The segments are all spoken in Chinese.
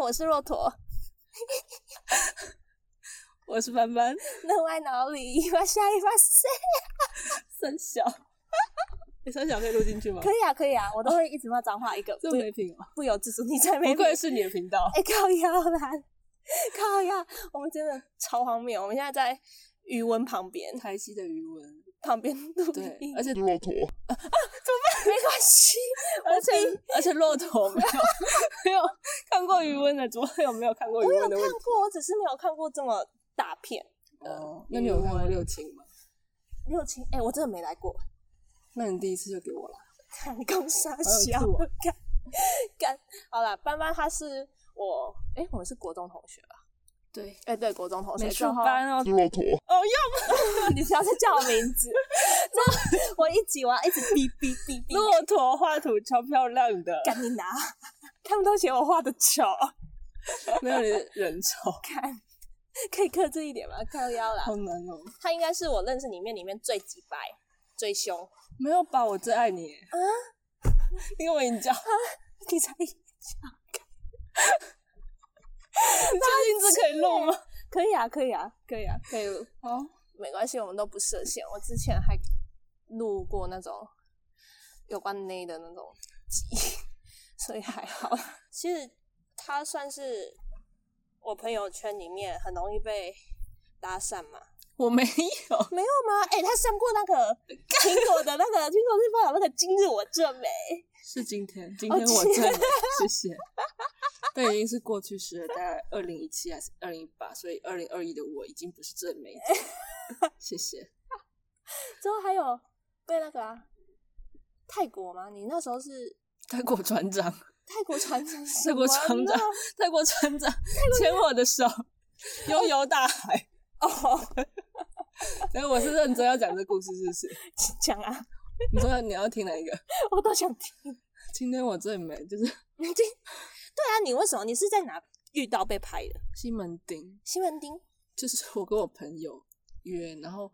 我是骆 驼，我是班班，那外脑里一发下一发塞，三小， 你三小可以录进去吗可？以啊，可以啊，我都会一直骂脏话一 个，这不没品哦，不由自主，你才没不品。愧是你的频道。 哎、靠腰啦， 靠腰，我们真的超荒谬，我们现在在余温旁边，台西的余文，旁边录对， 音，而且骆驼，没关系， 而且而且骆驼没有 没有看过余温的，主播有没有看过余我有温的看问题？过，我只是没有看过这么大片。呃那你有看过六亲吗？六亲，哎、我真的没来过， 那你第一次就给我了，看刚傻笑好有趣哦， 干干，好了，班班他是我，哎、我们是国中同学吧？对，哎、对，国中同学美之术后，班哦，骆驼，你不要再叫我名字， 那我一集我要一直哔哔哔哔，骆驼画图超漂亮的，赶紧拿，他们都嫌我画的丑，没有你的人丑，看可以克制一点吗？靠腰啦，好难哦。他应该是我认识里面里面最鸡掰、最凶，没有吧？我最爱你啊！ 你跟我一叫，你才 你确定这可以录吗？可以啊，可以啊，可以啊，可以，好，没关系，我们都不设限。我之前还录过那种有关内的那种集，所以还好。其实他算是我朋友圈里面很容易被搭讪嘛。我没有， 没有吗？哎、他上过那个苹果的那个苹果日报有那个今日我这美，是今天，今哦天我今正 了，谢谢。这已经是过去式了，大概二零一七还是二零一八，所以二零二一的我已经不是正妹子了，谢谢。之后还有被那个啊泰国吗？你那时候是泰国船长，泰国船 长什泰国么船呢长，泰国船长牵我的 手，悠游大海。哦，所以我是认真要讲这故事，是不是？讲啊，你说你要听哪一个？ 我都想听。今天我最美就是 你这对啊，你为什么？你是在哪遇到被拍的？西门町。西门 町？就是我跟我朋友约，然后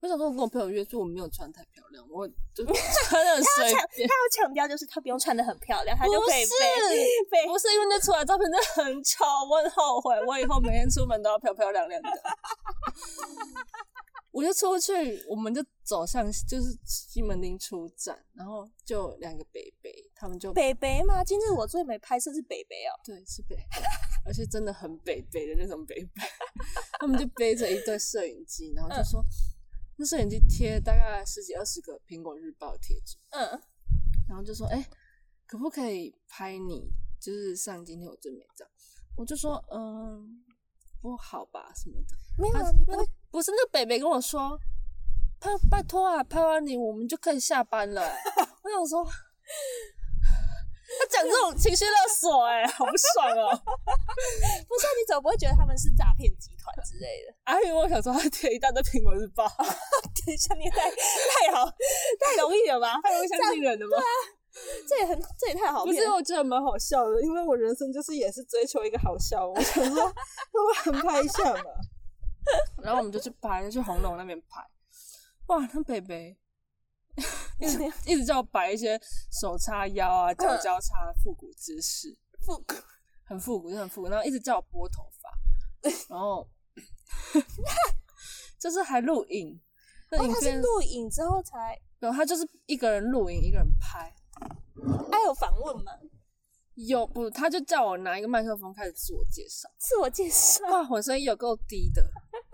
我想说，我跟我朋友约，所以我没有穿太漂亮，我就穿 的随便他，要强调就是他不用穿的很漂亮，他就不可以被是。被不是因为那出来的照片真的很丑，我很后悔，我以后每天出门都要漂漂亮亮的。我就出去，我们就走向就是西门町出站，然后就两个北北，他们就北北吗？今日我最美拍摄是北北哦，对，是北北，而且真的很北北的那种北 北。他们就背着一对摄影机，然后就说，那摄影机贴大概十几二十个苹果日报贴纸，嗯，然后就说，哎、可不可以拍你？就是上今天我最美这样。我就说，嗯，不好吧什么的。没有他啊，你不那个不是那个北北跟我说，拍拜托啊，拍完你我们就可以下班了、欸我想说，他讲这种情绪勒索、哎，好不爽哦、不是啊你怎么不会觉得他们是诈骗集团之类的？ 阿云，我想说他贴一大堆苹果 日报，等一下，你也太太好太容易了吧？他会相信人的吗？这也很这也太好不骗是，了。我觉得蛮好笑的，因为我人生就是也是追求一个好笑，我想说我很拍一下嘛。 然后我们就去拍，就去红楼那边拍。哇，那北北一直一直叫我摆一些手叉腰啊、脚交叉的复古姿势，复古很复古，真的很复古。然后一直叫我拨头发， 然后就是还录影。那哦，影他是片录影之后才，然后他就是一个人录影，一个人拍。他有访问吗？有不，他就叫我拿一个麦克风开始自我介绍。自我介 绍，哇，我声音有够低的，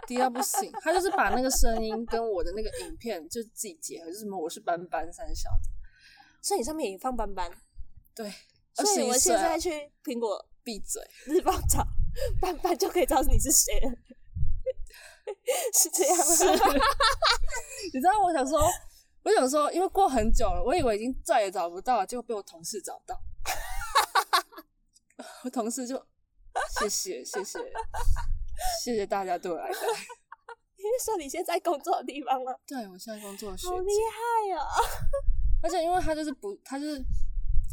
低到不行。他就是把那个声音跟我的那个影片就自己结合，就是什么我是班班三小的，所以你上面也放斑斑，对，二所十以一我岁现在啊，去苹果 闭嘴，日报找斑斑，就可以知道你是谁了， 是这样是吗？。你知道我想说，我想说，因为过很久了，我以为已经再也找不到了，结果被我同事找到。 我同事就谢谢谢谢谢谢大家对我来的爱戴。你是说你现在工作的地方吗？对我现在工作的学好厉姐，害哦！而且因为他就是不，他就是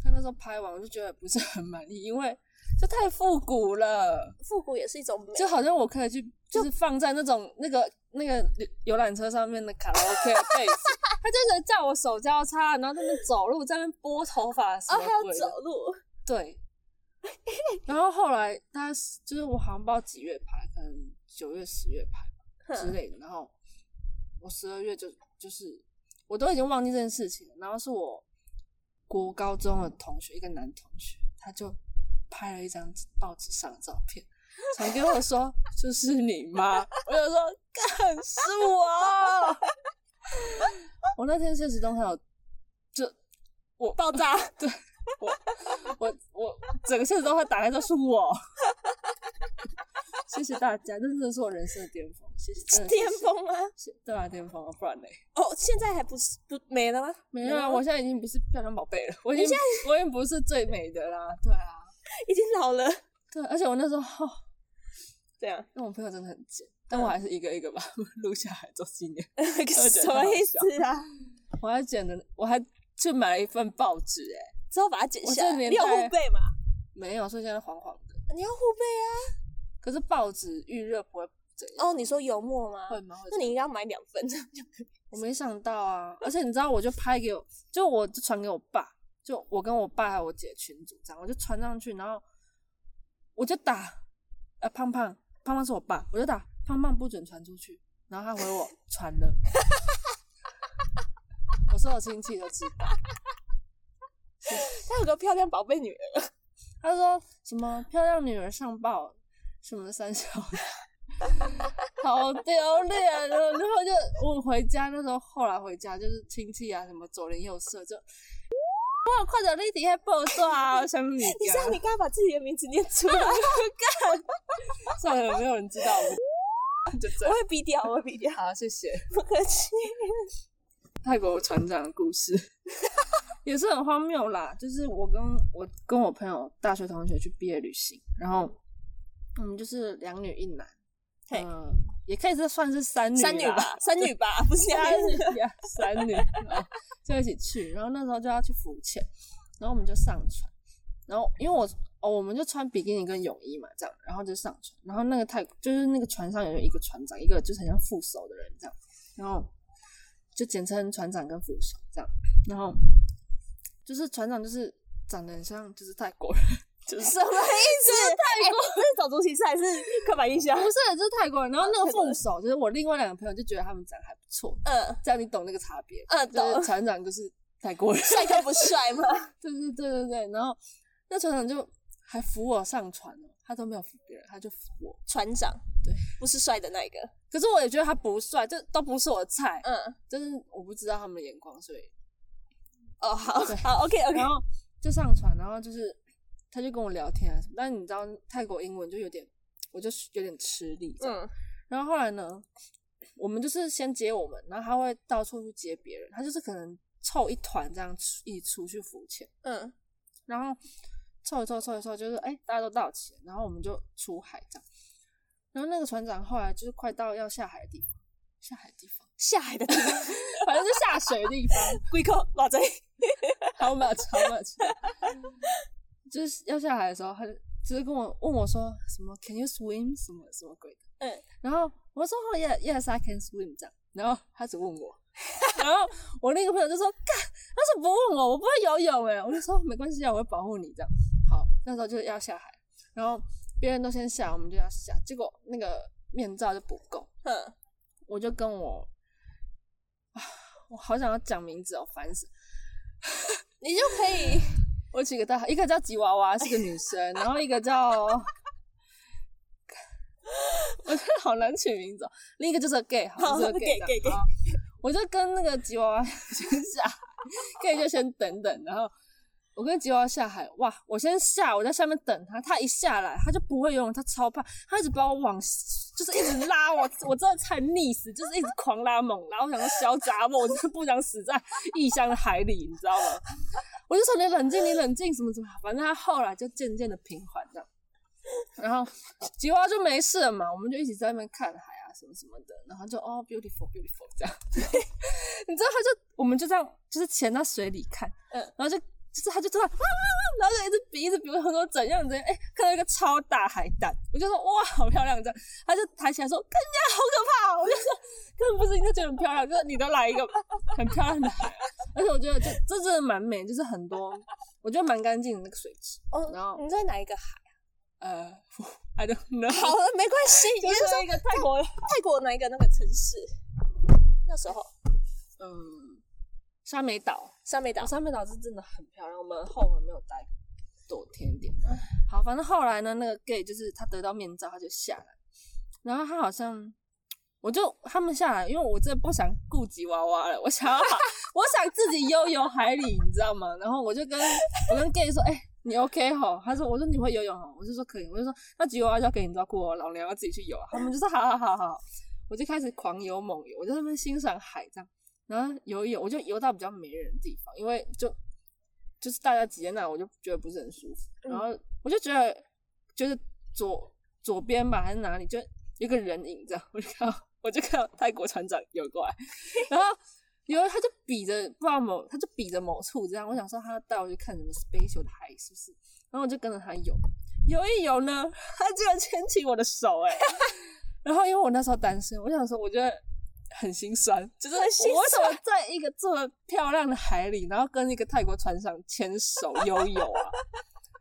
他那时候拍完，我就觉得不是很满意，因为这太复古了，复古也是一种美，就好像我可以去，就是放在那种那个那个游览车上面的卡拉 OK 的贝斯，他真的叫我手交叉，然后在那边走路，在那边拨头发什哦，么还要鬼的，走路，对， 然后后来他就是我好像不知道几月排，可能九月、十月排吧之类的。然后我十二月就就是我都已经忘记这件事情了。然后是我国高中的同学，一个男同学，他就拍了一张报纸上的照片，传给我说 就是你妈。我就说干 是我。 我那天现实中还有就我爆炸， 对我我我整个现实动画打开都是我， 谢谢大家，这真的是我人生的巅峰，谢谢真的巅峰啊！谢谢对吧、巅峰啊，不然呢？哦，现在还不是不没了吗？没有啊，我现在已经不是漂亮宝贝了，我已经我已经不是最美的啦，对啊，已经老了，对，而且我那时候，哦这 样那我朋友真的很贱，嗯但我还是一个一个把他们 录下来做纪念，什么意思啊？我还剪的，我还去买了一份报纸、欸，哎，之后把它剪我下这来，年你有代护背吗？没有，所以现在黄黄的，你要护啊背可是报纸预热不会怎样，啊？哦，你说油墨吗？会吗？会那你应该要买两 份，我没想到啊，而且你知道，我就拍给我，就我就传给我爸，就我跟我爸还有我姐群组这样，我就传上去，然后我就打，呃，胖胖，胖胖是我爸，我就打胖胖不准传出去，然后他回我传 了，我所有亲戚都知道，他有个漂亮宝贝女儿，他说什么漂亮女儿上报，什么三小的。好丢脸了，然后就我回家那时候，后来回家就是亲戚啊什么左邻右舍就，哇，快点立体还报啊，想你你家知，道你刚刚把自己的名字念出来，算了，没有人知道，我们 就这我样。会逼掉，我会逼掉，好，谢谢不客气。泰国船长的故事， 也是很荒谬啦。就是我跟我跟我朋友大学同学去毕业旅行，然后我们就是两女一男，嘿嗯、也可以是算是三 女三女啦吧，三女 吧，不是啊哎三 三女。女呀，啊三女，然后就一起去。然后那时候就要去浮潜，然后我们就上船，然后因为我哦，我们就穿比基尼跟泳衣嘛，这样，然后就上船。然后那个泰就是那个船上有一个船长，一个就是很像副手的人这样，然后就简称船长跟副手这样。然后就是船长就是长得很像就是泰国人，就是 什么意思？泰国、这是种族歧视还是刻板印象不？是就是泰国人。然后那个副手就是我另外两个朋友就觉得他们长得还不错，嗯这样你懂那个差别吧？嗯，就懂是。船长就是泰国人，帅哥不帅 吗？ 对对对对对。然后那船长就还扶我上船哦，他都没有扶别人，他就扶我。船长，对，不是帅的那一个。可是我也觉得他不帅，这都不是我的菜，嗯，但是我不知道他们的眼光，所以哦，好对好，OK OK 然。后就上船，然后就是他就跟我聊天啊什么，但你知道泰国英文就有点，我就有点吃力这样。嗯，然后后来呢，我们就是先接我们，然后他会到处去接别人，他就是可能凑一团这样出一起出去浮潜。嗯，然后凑一凑凑一凑，就是哎、大家都到齐了，然后我们就出海这样。然后那个船长后来就是快到要下海的地方，下海的地方，下海的地 方，反正就下水的地方，龟壳老贼。好 much how much，就是要下海的时候，他就只是跟我问我说什么 Can you swim 什么什么鬼的，嗯，然后我说哦 yes yes I can swim 这样，然后他只问我。 然后我那个朋友就说：“干，他说不问我，我不会游泳哎。”我就说：“没关系啊，我会保护你这样。”好，那时候就要下海，然后别人都先下，我们就要下，结果那个面罩就不够，嗯，我就跟我，啊我好想要讲名字哦，烦死！你就可以我几个大，一个叫吉娃娃是个 女生，然后一个叫， 我觉得好难取名字、哦，另一个就是 gay，好，好就是 gay，给给这样给好我就跟那个吉娃娃先下海，gay 就先等等，然后我跟吉娃娃下海，哇，我先下，我在下面等他，他一下来他就不会游泳，他超怕，他一直把我往，就是一直拉我，我真的差点溺死，就是一直狂拉猛拉，我想说小杂毛，我真的不想死在异乡的海里，你知道吗？我就说你冷静，你冷静，什么什么，反正他后来就渐渐的平缓这样。然后吉娃娃就没事了嘛，我们就一起在那边看海啊什么什么的，然后就哦 beautiful beautiful 这样， 你知道他就我们就这样就是潜到水里看，嗯然后就就是他就突然啊啊啊，然后就一直比一直比，我说怎样怎样，哎、看到一个超大海胆，我就说哇好漂亮这样，他就抬起来说看呀好可怕哦，我就说根本不是你就觉得很漂亮，就是你都来一个很漂亮的海啊， 而且我觉得这这真的蛮美，就是很多我觉得蛮干净的那个水质。然哦后，你在哪一个海？呃，I don't know，好了，没关 系，你就是说是一个泰国，泰国哪一个那个城市？那时候嗯，沙美岛，三美岛哦，三美岛是真的很漂亮，我们后门没有待多天一点。嗯好，反正后来呢，那个 gay 就是他得到面罩，他就下来，然后他好像。我就他们下来，因为我真的不想顾及娃娃了，我想要把我想自己悠游海里，你知道吗？然后我就跟我跟 gay 说，哎、你 OK 吼？他说，我说你会游泳吼？我就说可以，我就说那吉娃娃交给你照顾哦，老娘要自己去游啊。他们就说好好好好，我就开始狂游猛游，我就在那边欣赏海这样。然后游一游，我就游到比较没人的地方，因为就就是大家挤在那，我就觉得不是很舒服。嗯然后我就觉得就是左左边吧还是哪里，就有个人影这样，我就看到我就看到泰国船长游过来，然后有他就比着不知道某他就比着某处这样，我想说他带我去看什么 special 的海是不是？然后我就跟着他游，游一游呢，他居然牵起我的手、哎。然后因为我那时候单身，我想说，我觉得很心酸，就是我很心哦为什么在一个这么漂亮的海里，然后跟一个泰国船上牵手游泳啊？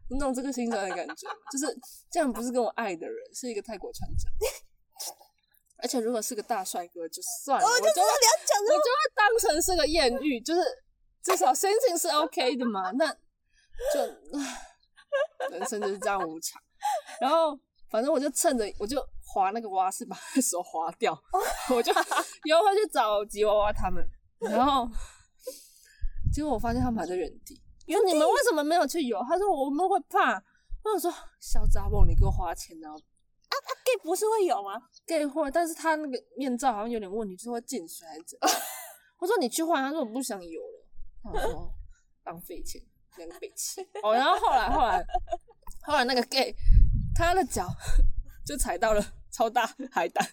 你懂这个心酸的感觉吗？就是这样，不是跟我爱的人，是一个泰国船长。 而且如果是个大帅哥就算了，我我就知就道会你要讲我就会当成是个艳遇，就是至少心情是 OK 的嘛。那就唉人生就是这样无常。然后反正我就趁着我就划那个蛙式把他的手划掉，我就游回去找吉娃娃他们，然后结果我发现他们还在原地。就你们为什么没有去游？他说我们会怕。我想说小杂毛，你给我花钱啊然后 gay 不是会有啊吗？ gay 会，但是他那个面罩好像有点问题，就是会进水还是怎样我说你去换，他说我不想游了。他说浪费钱，两个北齐。哦，然后后来后来后来那个 gay 他的脚就踩到了超大海胆，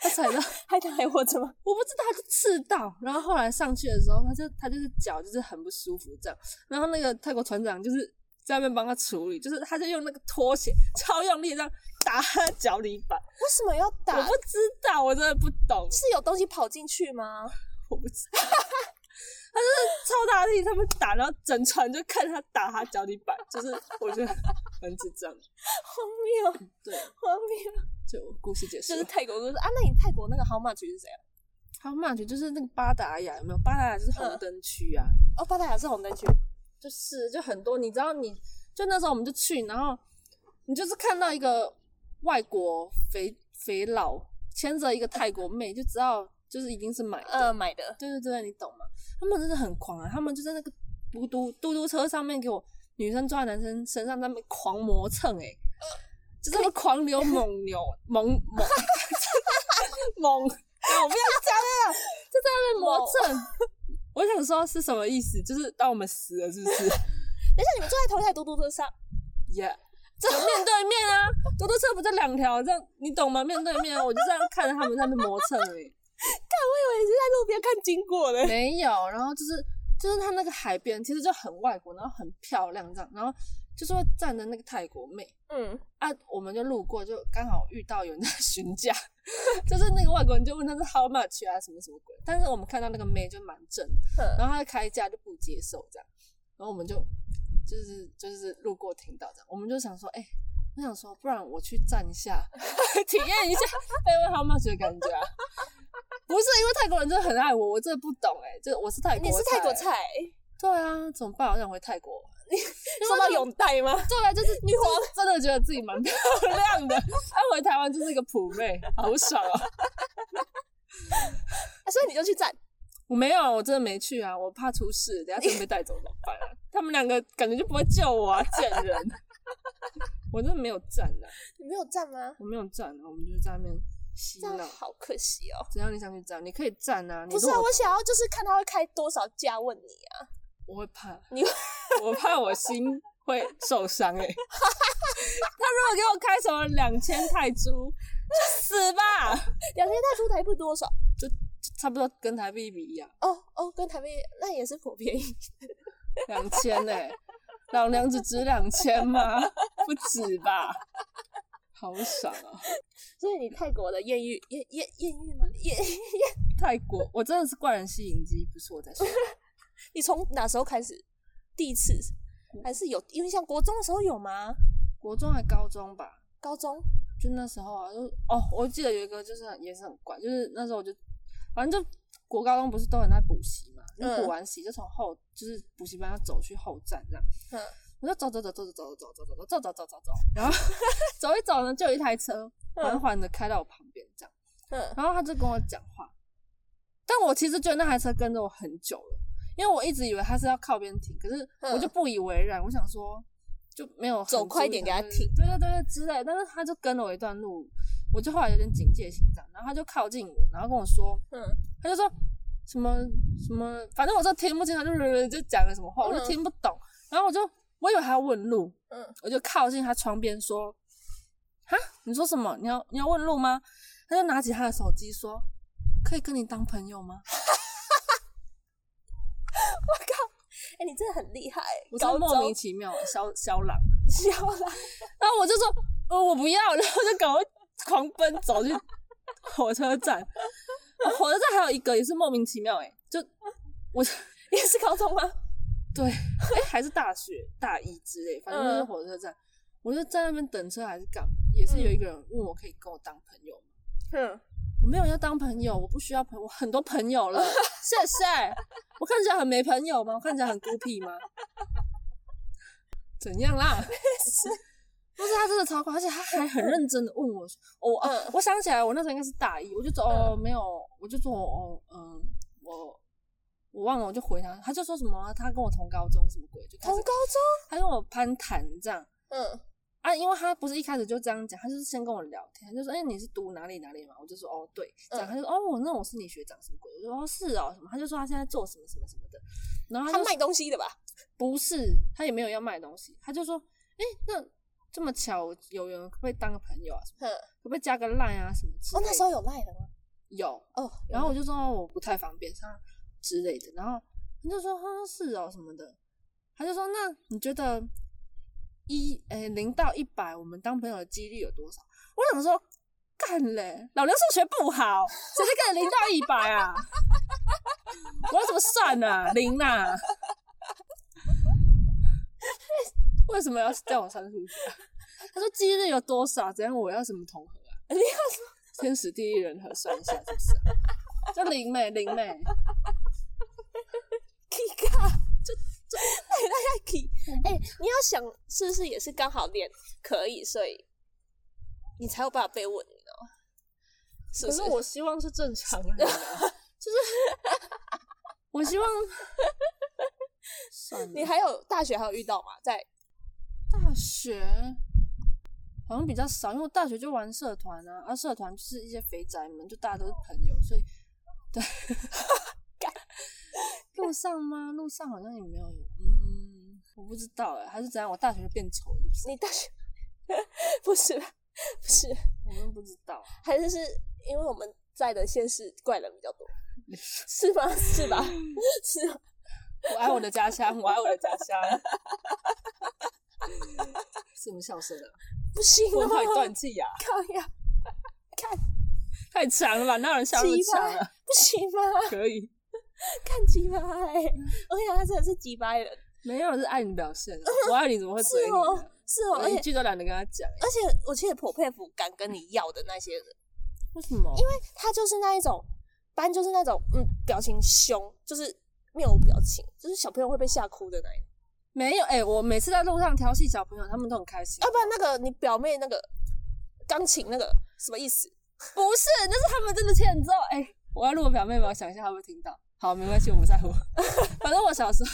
他踩到海胆还活着吗？我不知道，他就刺到。然后后来上去的时候，他就他就是脚就是很不舒服这样。然后那个泰国船长就是在那边帮他处理，就是他就用那个拖鞋超用力地这样打他的脚底板。为什么要我打不？知道，我真的不懂，是有东西跑进去吗？ 我不知道。他就是超大力，他们打，然后整船就看他打他脚底板，就是我觉得蛮智障 的。荒谬，对，荒谬！就故事结束就了。是泰国故事啊，那你泰国那个 How much 是怎啊样？还有曼谷，就是那个巴达雅有没有？巴达雅就是红灯区啊。哦，巴达雅是红灯区，就是就很多，你知道你，就那时候我们就去，然后你就是看到一个外国肥肥佬牵着一个泰国妹，就知道就是一定是买的。呃，买的对对对，你懂吗？他们真的很狂啊！他们就在那个嘟嘟嘟嘟车上面给我女生抓在男生身上，在那边狂磨蹭、欸，哎、就在那边狂流猛 流猛猛猛，我哦不要讲啊了，就在那边磨蹭。我想说是什么意思？就是当我们死了，是不 是等一下，你们坐在同一台嘟嘟车上，哎？Yeah，就面对面啊，嘟嘟车不就两条，这样你懂吗？面对面，我就这样看着他们在那边磨蹭欸而已。我以为是在路边看经过的。没有，然后就是就是它那个海边其实就很外国，然后很漂亮这样，然后就是会站着那个泰国妹嗯，啊，我们就路过，就刚好遇到有人在 询价，就是那个外国人就问他是 how much 啊什么什么鬼，但是我们看到那个妹就蛮正的，哼然后他的开价就不接受这样，然后我们就就是就是路过听到这样，我们就想说，哎、我想说，不然我去站一下， 体验一下被问 how much 的感觉啊。不是因为泰国人真的很爱我，我真的不懂哎、就是我是泰国，你是泰国，菜，对啊，怎么办？我想回泰国。说到泳带吗？对啊，就是女皇真的觉得自己蛮漂亮的， 她、回台湾就是一个普妹，好爽哦、啊所以你就去站，我没有，我真的没去啊，我怕出事，等下真的被带走怎么办啊？他们两个感觉就不会救我啊，贱人！ 我真的没有站啊，你没有站吗？我没有站啊，我们就是在那边嬉这样闹。好可惜哦。只要你想去站，你可以站啊。你不是如啊，果我想要就是看他会开多少价问你啊。我会怕，你我怕我心会受 伤哎、欸。他如果给我开什么两千泰铢，去死吧！两千泰铢台币多少？差不多跟台币比一样，哦哦，跟台币那也是颇 便宜。两千哎，老娘只值两千吗？不止吧？好爽啊！所以你泰国的艳遇艳艳艳遇吗？艳，泰国，我真的是怪人吸引机，不是我在说。你从哪时候开始？第一次嗯还是有？因为像国中的时候有吗？国中还高中吧，高中就那时候啊，就哦，我记得有一个就是很也是很怪，就是那时候我就反正就国高中不是都很爱补习嘛，就嗯补完习就从后就是补习班要走去后站这样，嗯，我就走走走走走走走走走走走走走走，然后走一走呢，就有一台车缓缓的开到我旁边这样，嗯然后他就跟我讲话，但我其实觉得那台车跟着我很久了，因为我一直以为他是要靠边停，可是我就不以为然，我想说就没有很嗯走快一注意点给他就是对对对对之类的，但是他就跟了我一段路，我就后来有点警戒心这样，然后他就靠近我，然后跟我说，嗯，他就说什么什么，反正我都听不清，他就就讲了什么话，我就嗯听不懂。然后我就我以为他要问路，嗯，我就靠近他窗边说：“哈，你说什么？你要你要问路吗？”他就拿起他的手机说：“可以跟你当朋友吗哎、你真的很厉害、？”我真高的中莫名其妙，小小狼。 笑啦，然后我就说：“呃，我不要。”然后就赶快狂奔走去火车站。哦火车站还有一个也是莫名其妙、欸，就我。也是高中吗？对，哎、还是大学大一之类，反正就是嗯火车站，我就在那边等车还是干嘛，也是有一个人问我可以跟我当朋友吗？嗯，我没有要当朋友，我不需要朋友，我很多朋友了，谢谢。我看起来很没朋友吗？我看起来很孤僻吗？怎样啦？ 不是他真的超快，而且他还很认真的问我说，我、哦嗯我想起来，我那时候应该是大一，我就说哦没有，我就说哦嗯我我忘了，我就回他，他就说什么啊他跟我同高中什么鬼，就开同始高中，他跟我攀谈这样嗯啊，因为他不是一开始就这样讲，他就是先跟我聊天，他就说：“哎、你是读哪里哪里嘛？”我就说：“哦，对。”这样嗯他就说：“哦，那我是你学长什么鬼？”我说：“哦，是哦，什么？”他就说他现在做什么什么什么的，然后他他就卖东西的吧？不是他也没有要卖东西，他就说：“哎、那这么巧有人可不可以当个朋友啊？什么嗯，可不可以加个 line 啊什么之哦类的？”，那时候有赖的吗？有，哦，然后我就说哦我不太方便上之类的，然后他就说哦是哦什么的，他就说那你觉得一诶零到一百我们当朋友的几率有多少？我想说干嘞，老娘数学不好，谁在跟你零到一百啊？我要怎么算啊？零啊？ 为什么要叫我算数学？啊他说几率有多少？怎样？我要什么统合啊？ 你要说天时地利人和算一下，是不是、啊？就灵妹，灵妹， Kika，就就赖赖 K，哎、嗯你要想是不是也是刚好练可以，所以你才有办法被问，你知道吗？是不可是？是我希望是正常人、啊， 就是我希望。 算你了，还有大学还有遇到吗？在大学好像比较少，因为我大学就玩社团啊，而、社团就是一些肥宅们，就大家都是朋友，所以 对。路上吗？路上好像也没有，嗯，我不知道哎、还是怎样？我大学就变丑了，是你大学 不是吧不是，不是我们不知道。还是是因为我们在的县市怪人比较多，是吗？是 吧？是吗我爱我的家乡，我爱我的家 乡。什么笑声啊？不行我了吗快？断气呀！靠呀，看太长了吧？哪有人笑那么鸡长巴啊？不行吗？可以，看鸡巴哎、我想他真的是鸡巴人， 没有是爱你表现啊，我爱你怎么会是嘴你哦呢？，是哦，我而且一句都懒得跟他讲欸，而且我其实颇佩服敢跟你要的那些人，为什么？因为他就是那一种，班就是那种嗯，表情凶，就是面无表情，就是小朋友会被吓哭的那一种。没有哎，我每次在路上调戏小朋友，他们都很开心啊要、。不然那个你表妹那个钢琴那个什么意思？不是，那是他们真的欠揍哎！我要录我表妹吗？我想一下，她会不会听到？好，没关系，我不在乎。 反正我小时候，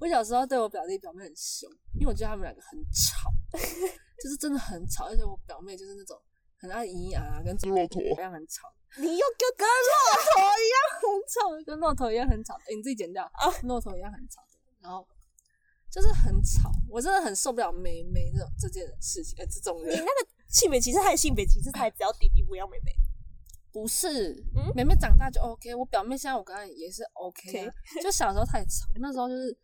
我小时候对我表弟表妹很凶，因为我觉得他们两个很吵，就是真的很吵，而且我表妹就是那种很爱咿呀啊，跟猪骆驼一样很吵，你又给我跟很吵，跟骆驼一样很吵。哎、你自己剪掉，骆驼一样很吵。然后就是很吵，我真的很受不了妹妹这种这件事情，呃，这种人。性别歧视，还有性别歧视，他也只要弟弟不要妹妹。不是，嗯妹妹长大就 OK。我表妹现在我跟她也是 OK，、啊、就小时候太吵，那时候就是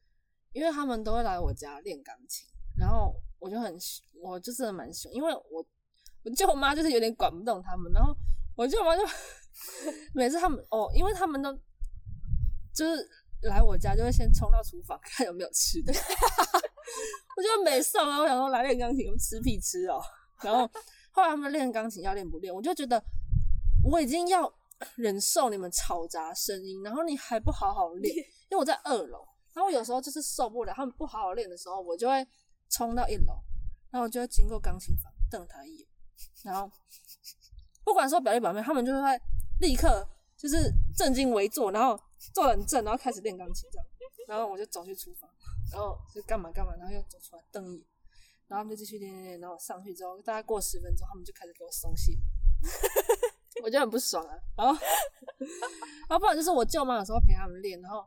因为他们都会来我家练钢琴，然后我就很喜我就真的蛮喜欢，因为我我舅妈就是有点管不动他们，然后我舅妈就 每次他们哦，因为他们都就是来我家就会先冲到厨房看有没有吃的， 我就没事啊，我想说来练钢琴，吃屁吃哦，然后后来他们练钢琴要练不练，我就觉得我已经要忍受你们嘈杂声音，然后你还不好好练，因为我在二楼。然后有时候就是受不了，他们不好好练的时候，我就会冲到一楼，然后我就会经过钢琴房瞪他一眼，然后不管说表弟表妹，他们就会立刻就是正襟危坐，然后坐得很正，然后开始练钢琴这样。然后我就走去厨房，然后就干嘛干嘛，然后又走出来瞪一眼，然后他们就继续练练练。然后我上去之后，大概过十分钟，他们就开始给我松懈，我就很不爽啊。然后，然后不然就是我舅妈有时候陪他们练，然后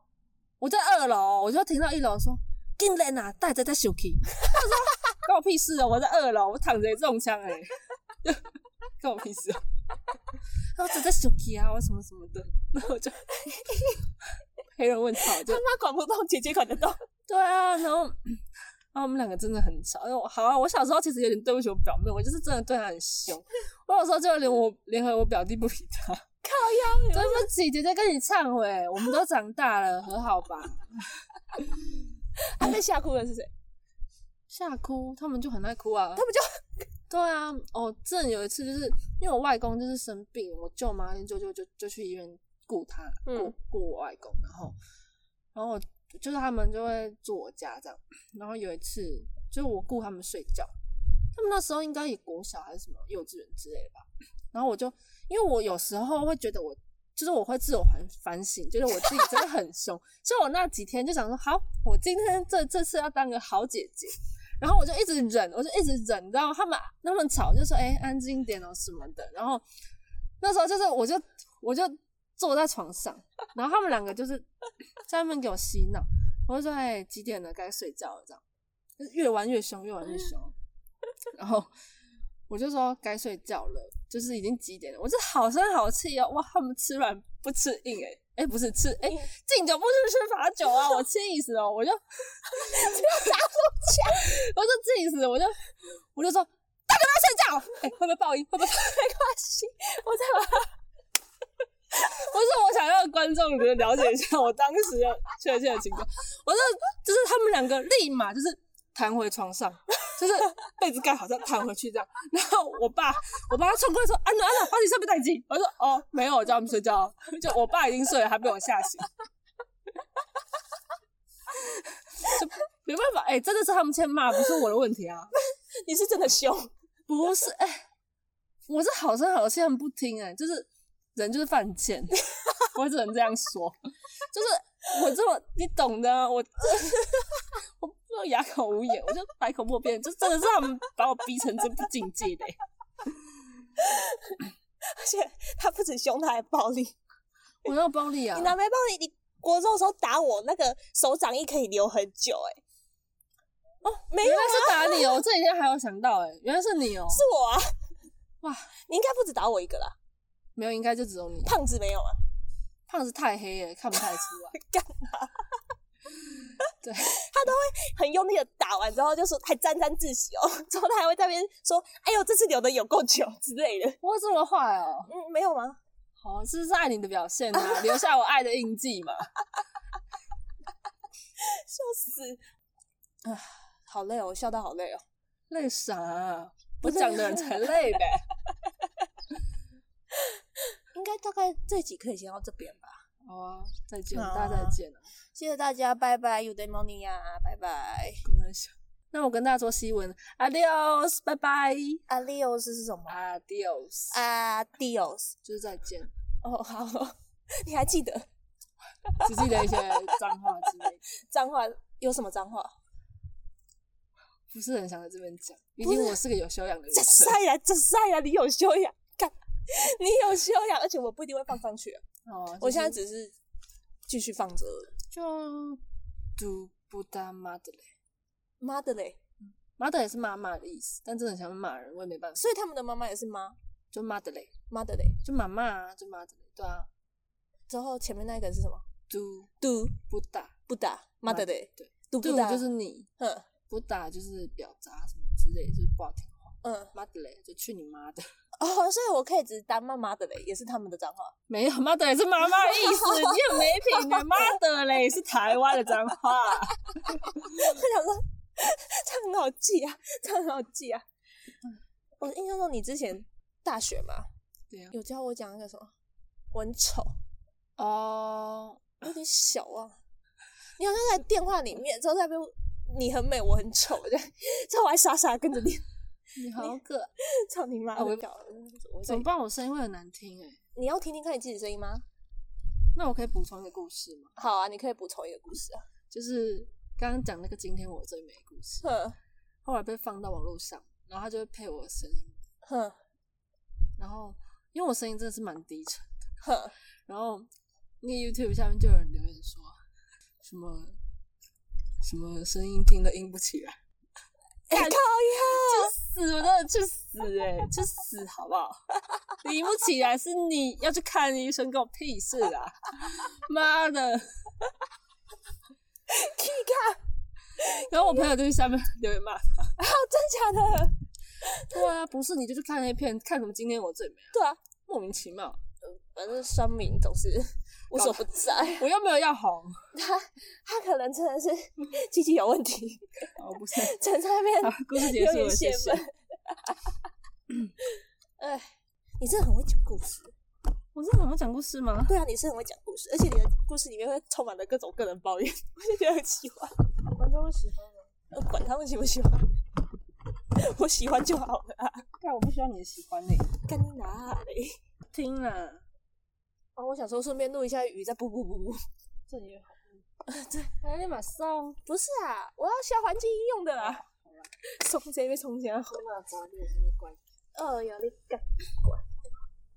我在二楼，我就听到一楼说：“进来呐，大家在休息。” 他说：“关我屁事哦，我在二楼，我躺着也中枪哎、欸， 关我屁事哦。” 他说：“在休息啊，我什么什么的。” 然后我就黑人问号，就他妈管不动，姐姐管得动。对啊，然后然后我们两个真的很吵。因为我好啊，我小时候其实有点对不起我表妹，我就是真的对她很凶。我有时候就连我联合我表弟不理她，靠对不起，姐姐跟你忏悔，我们都长大了，和好吧。他被吓哭的是谁？吓哭，他们就很爱哭啊。他们就 对啊，哦，真的有一次就是因为我外公就是生病，我舅妈跟舅舅就就去医院顾他，嗯顾顾我外公，然后然后我就是他们就会住我家这样，然后有一次就是我顾他们睡觉，他们那时候应该也国小还是什么幼稚园之类的吧，然后我就因为我有时候会觉得我。就是我会自我反反省，觉得我自己真的很凶。 所以我那几天就想说，好，我今天这这次要当个好姐姐，然后我就一直忍，我就一直忍，你知道吗？他们那么吵，就说哎、安静一点哦什么的。然后那时候就是我就我就坐在床上，然后他们两个就是在那边给我洗脑，我就说哎、几点了该睡觉了这样，就是越玩越凶，越玩越凶。然后我就说该睡觉了，就是已经几点了，我就好声好气哦，哇，他们吃软不吃硬哎、哎、不是吃哎、敬酒不吃吃罚酒啊！我 气死了，我就我就气死，我就我就说大家不要睡觉，哎、会不会爆音？会不会？没关系，我在玩。 不是我想让观众就是了解一下我当时的确切的情况，我就就是他们两个立马就是弹回床上，就是被子盖好，像弹回去这样。然后我爸，我爸冲过来说：“安娜，安娜，把你上面带机。”我说：“哦，没有，我叫他们睡觉哦。”就我爸已经睡了，还被我吓醒。就没办法，哎、真的是他们欠骂，不是我的问题啊。你是真的凶， 不是，哎、我是好声好气，他们不听、哎，就是人就是犯 贱，我只能这样说，就是我这么你懂的啊，我 我我哑口无言，我就百口莫辩，就真的是他们把我逼成这副境界的、哎而且他不止凶，他还暴力。我哪有暴力啊你？哪没暴力？你国中的时候打我，那个手掌印可以留很久、哎，哦，没原有，来是打你哦、我这几天还有想到、哎，原来是你哦、是我啊。哇，你应该不止打我一个啦，没有，应该就只有你，胖子没有啊？胖子太黑了、看不太出来。干嘛？ 对，很用力的打完之后，就说还沾沾自喜哦， 之后他还会在那边说：“哎呦，这次留的有够久之类的。我这么坏哦、”嗯，没有吗？哦，这是爱你的表现啊，留下我爱的印记嘛。笑死！啊，好累哦，我笑到好累哦。累啥、我讲的人才累呗。应该大概这集可以先到这边吧。好啊，再见，好啊大家再见了，谢谢大家，拜拜，You day morning 啊，拜拜。公安小。那我跟大家说西文，adios，拜拜 Adios 是什么啊，adios，、 ？Adios。就是再见，哦，好，你还记得只记得一些脏话之类的，脏话有什么脏话？不是很想在这边讲，毕不是竟我 是个有修养的这人。塞呀，这塞呀，你有修养，看你有修养，而且我不一定会放上去啊、哦，就是我现在只是继续放着而已。就读不当妈的嘞，妈的嘞！妈的也是妈妈的意思，但真的很想骂人，我也没办法，所以他们的妈妈也是妈就妈的嘞，妈的嘞。就妈妈啊，就妈的嘞，对啊，之后前面那个是什么？读嘟不打。不打妈的嘞，对，嘟对不打就是你，嗯，不打就是表达什么之之类，就是不好听话，嗯，妈的嘞，就去你妈的！ 哦，所以我可以只当妈妈的嘞，也是他们的账号。 没有，妈的嘞是妈妈的意 思，你很没品的，妈的嘞是台湾的脏话。我想说，这样很好记啊，这样很好记啊。我印象中你之前大学嘛， 对啊，有教我讲那个什么，我很丑，哦，有点小啊。你好像在电话里面，之后在那边你很美，我很丑，这样，之后我还傻傻跟着你，你好可爱，操你妈！啊我我搞，我怎在么办？我声音会很难听哎、你要听听看你自己声音吗？那我可以补充一个故事吗？好啊，你可以补充一个故事啊。就是刚刚讲那个今天我最美的故事，哼后来被放到网络上，然后他就会配我的声音，哼然后因为我声音真的是蛮低沉，哼，然后那个 YouTube 下面就有人留言说什么什么声音听得硬不起来，哎、靠呀！死我真的去死哎、去死好不好？ 你硬不起来是你要去看医生，跟我屁事啊！妈的！ 然后我朋友就去下面留言骂他，真假的？对啊，不是你就去看那片，看什么今天我最美啊，对啊，莫名其妙，反正酸民总 是无所不在， 我又没有要红，他他可能真的是 机器有问题，哦不是，整在那边好，故事结有 束了，点谢泄谢。愤。 哎，你真的很会讲故事，我真的好像讲故事吗？对啊，你是很会讲故事，而且你的故事里面会充满了各种个人抱怨，我就觉得很喜欢。观众会喜欢吗？呃管他们喜不喜欢，我喜欢就好了啊。但我不需要你的喜欢你、干你哪里？听啊啦，哦，我想说顺便录一下雨，再不不不不，这也好。 对，哎，立马送。不是啊，我要消环境应用的啦。 冲这边冲这边。我哪昨天也是乖。哦，有你干